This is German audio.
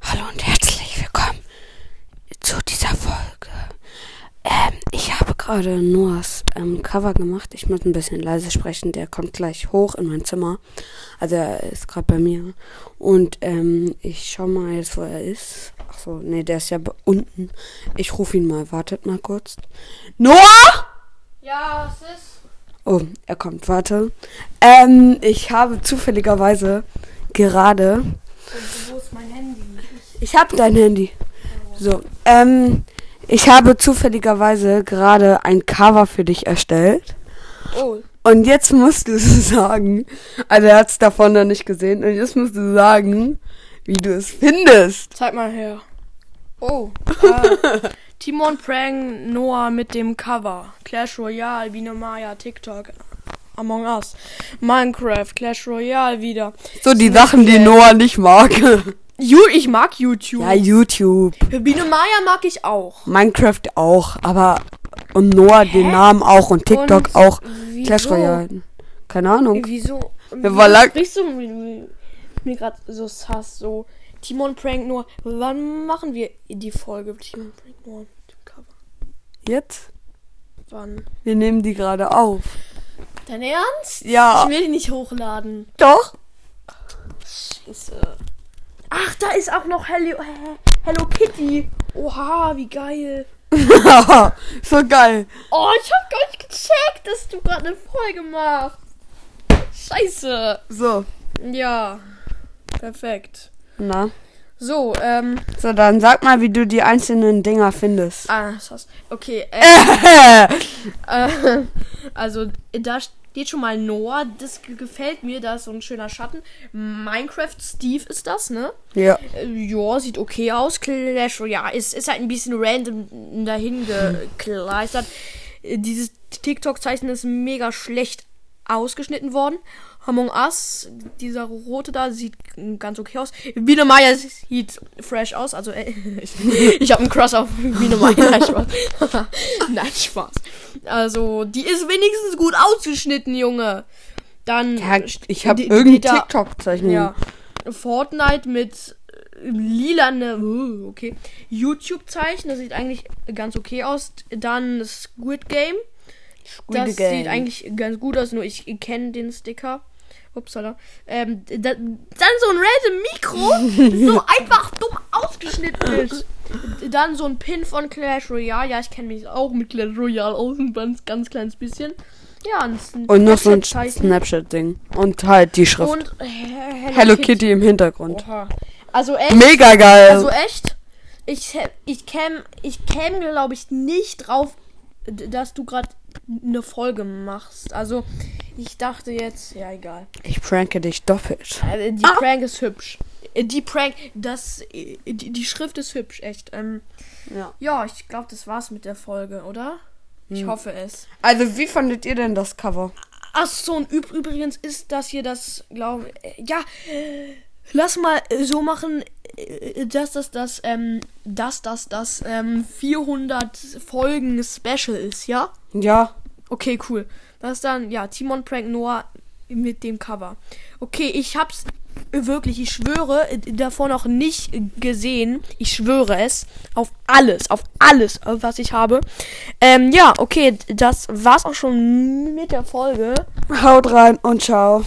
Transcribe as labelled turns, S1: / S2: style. S1: Hallo und herzlich willkommen zu dieser Folge. Ähm, ich habe gerade Noahs ähm, Cover gemacht. Ich muss ein bisschen leise sprechen. Der kommt gleich hoch in mein Zimmer. Also er ist gerade bei mir. Und ähm, ich schau mal jetzt, wo er ist. Ach so, nee, der ist ja be- unten. Ich rufe ihn mal. Wartet mal kurz. Noah!
S2: Ja, was ist?
S1: Oh, er kommt. Warte. Ähm, ich habe zufälligerweise gerade
S2: Und wo ist mein Handy?
S1: Ich habe dein Handy. So, ähm, ich habe zufälligerweise gerade ein Cover für dich erstellt.
S2: Oh,
S1: Und jetzt musst du es sagen. Also er hat es davon noch nicht gesehen. Und jetzt musst du sagen, wie du es findest.
S2: zeig mal her. Oh, äh, Timon Prank Noah mit dem Cover. Clash Royale, Biene Maya, TikTok, Among Us, Minecraft, Clash Royale wieder.
S1: So die Sachen, die Noah nicht mag.
S2: Ju ich mag YouTube.
S1: ja, YouTube.
S2: Für Biene Maya mag ich auch.
S1: Minecraft auch. Aber und Noah den Namen auch und TikTok
S2: Und
S1: auch.
S2: wieso?
S1: Clash Royale. Keine Ahnung.
S2: Wieso?
S1: Wir waren lang-
S2: Sprichst du mir, mir gerade so sass, so Timon Prank Noah. Wann machen wir die Folge Timon Prank Noah mit dem Cover?
S1: Jetzt?
S2: Wann?
S1: Wir nehmen die gerade auf.
S2: Dein Ernst?
S1: Ja.
S2: Ich will die nicht hochladen.
S1: Doch.
S2: Scheiße. Ach, da ist auch noch Hello, Hä- Hello Kitty. Oha, wie geil.
S1: so geil.
S2: Oh, ich hab gar nicht gecheckt, dass du gerade eine Folge machst. Scheiße.
S1: So.
S2: Ja. Perfekt.
S1: Na.
S2: So, ähm.
S1: So, dann sag mal, wie du die einzelnen Dinger findest.
S2: Ah, Sass. Okay, äh, äh, Also, da steht schon mal Noah. Das ge- gefällt mir. Da ist so ein schöner Schatten. Minecraft Steve ist das, ne?
S1: ja.
S2: Äh, Ja, sieht okay aus. Clash Royale ist, ist halt ein bisschen random dahin gekleistert. Äh, Dieses TikTok-Zeichen ist mega schlecht ausgeschnitten worden. Among Us, dieser rote da, sieht ganz okay aus. Biene Maya sieht fresh aus. Also, äh, ich, ich habe einen Crush auf Biene Maya. Nein, Spaß. Nein, Spaß. Also, die ist wenigstens gut ausgeschnitten, Junge. Dann.
S1: ja ich habe
S2: die-
S1: irgendein
S2: die da-
S1: TikTok-Zeichen.
S2: ja. Fortnite mit äh, lilane, uh, okay. YouTube-Zeichen, das sieht eigentlich ganz okay aus. Dann Squid Game. das sieht eigentlich ganz gut aus, nur ich kenne den Sticker. Upsala. Ähm, da, dann so ein random Mikro, das so einfach dumm ausgeschnitten ist. Dann so ein Pin von Clash Royale. Ja, ich kenne mich auch mit Clash Royale aus ein ganz, ganz kleines bisschen. Ja, ein
S1: Und noch so ein
S2: Snapchat-Zeichen.
S1: Snapchat-Ding. Und halt die Schrift.
S2: Und äh, Hello,
S1: Hello Kitty im Hintergrund.
S2: Oha. Also echt,
S1: Mega geil.
S2: also echt, ich hä- ich käm ich käm glaube ich nicht drauf, d- dass du gerade eine Folge machst. Also ich dachte jetzt, ja egal.
S1: ich pranke dich doppelt.
S2: Äh, Die Prank ist hübsch. Äh, Die Prank, das äh, die, die Schrift ist hübsch, echt. Ähm,
S1: Ja.
S2: ja, ich glaube, das war's mit der Folge, oder? Ich hoffe es.
S1: Also, wie fandet ihr denn das Cover?
S2: Ach so, und üb übrigens ist das hier das, glaube ja, lass mal äh, so machen, äh, dass das, das, ähm, dass das, das, ähm, 400 Folgen Special ist, ja?
S1: Ja.
S2: Okay, cool. Das dann, ja, Timon Prank Noah mit dem Cover. Okay, ich hab's äh, wirklich, ich schwöre, äh, davor noch nicht gesehen. Ich schwöre es. Auf alles, auf alles, äh, was ich habe. Ähm, ja, okay, das war's auch schon mit der Folge.
S1: Haut rein und ciao.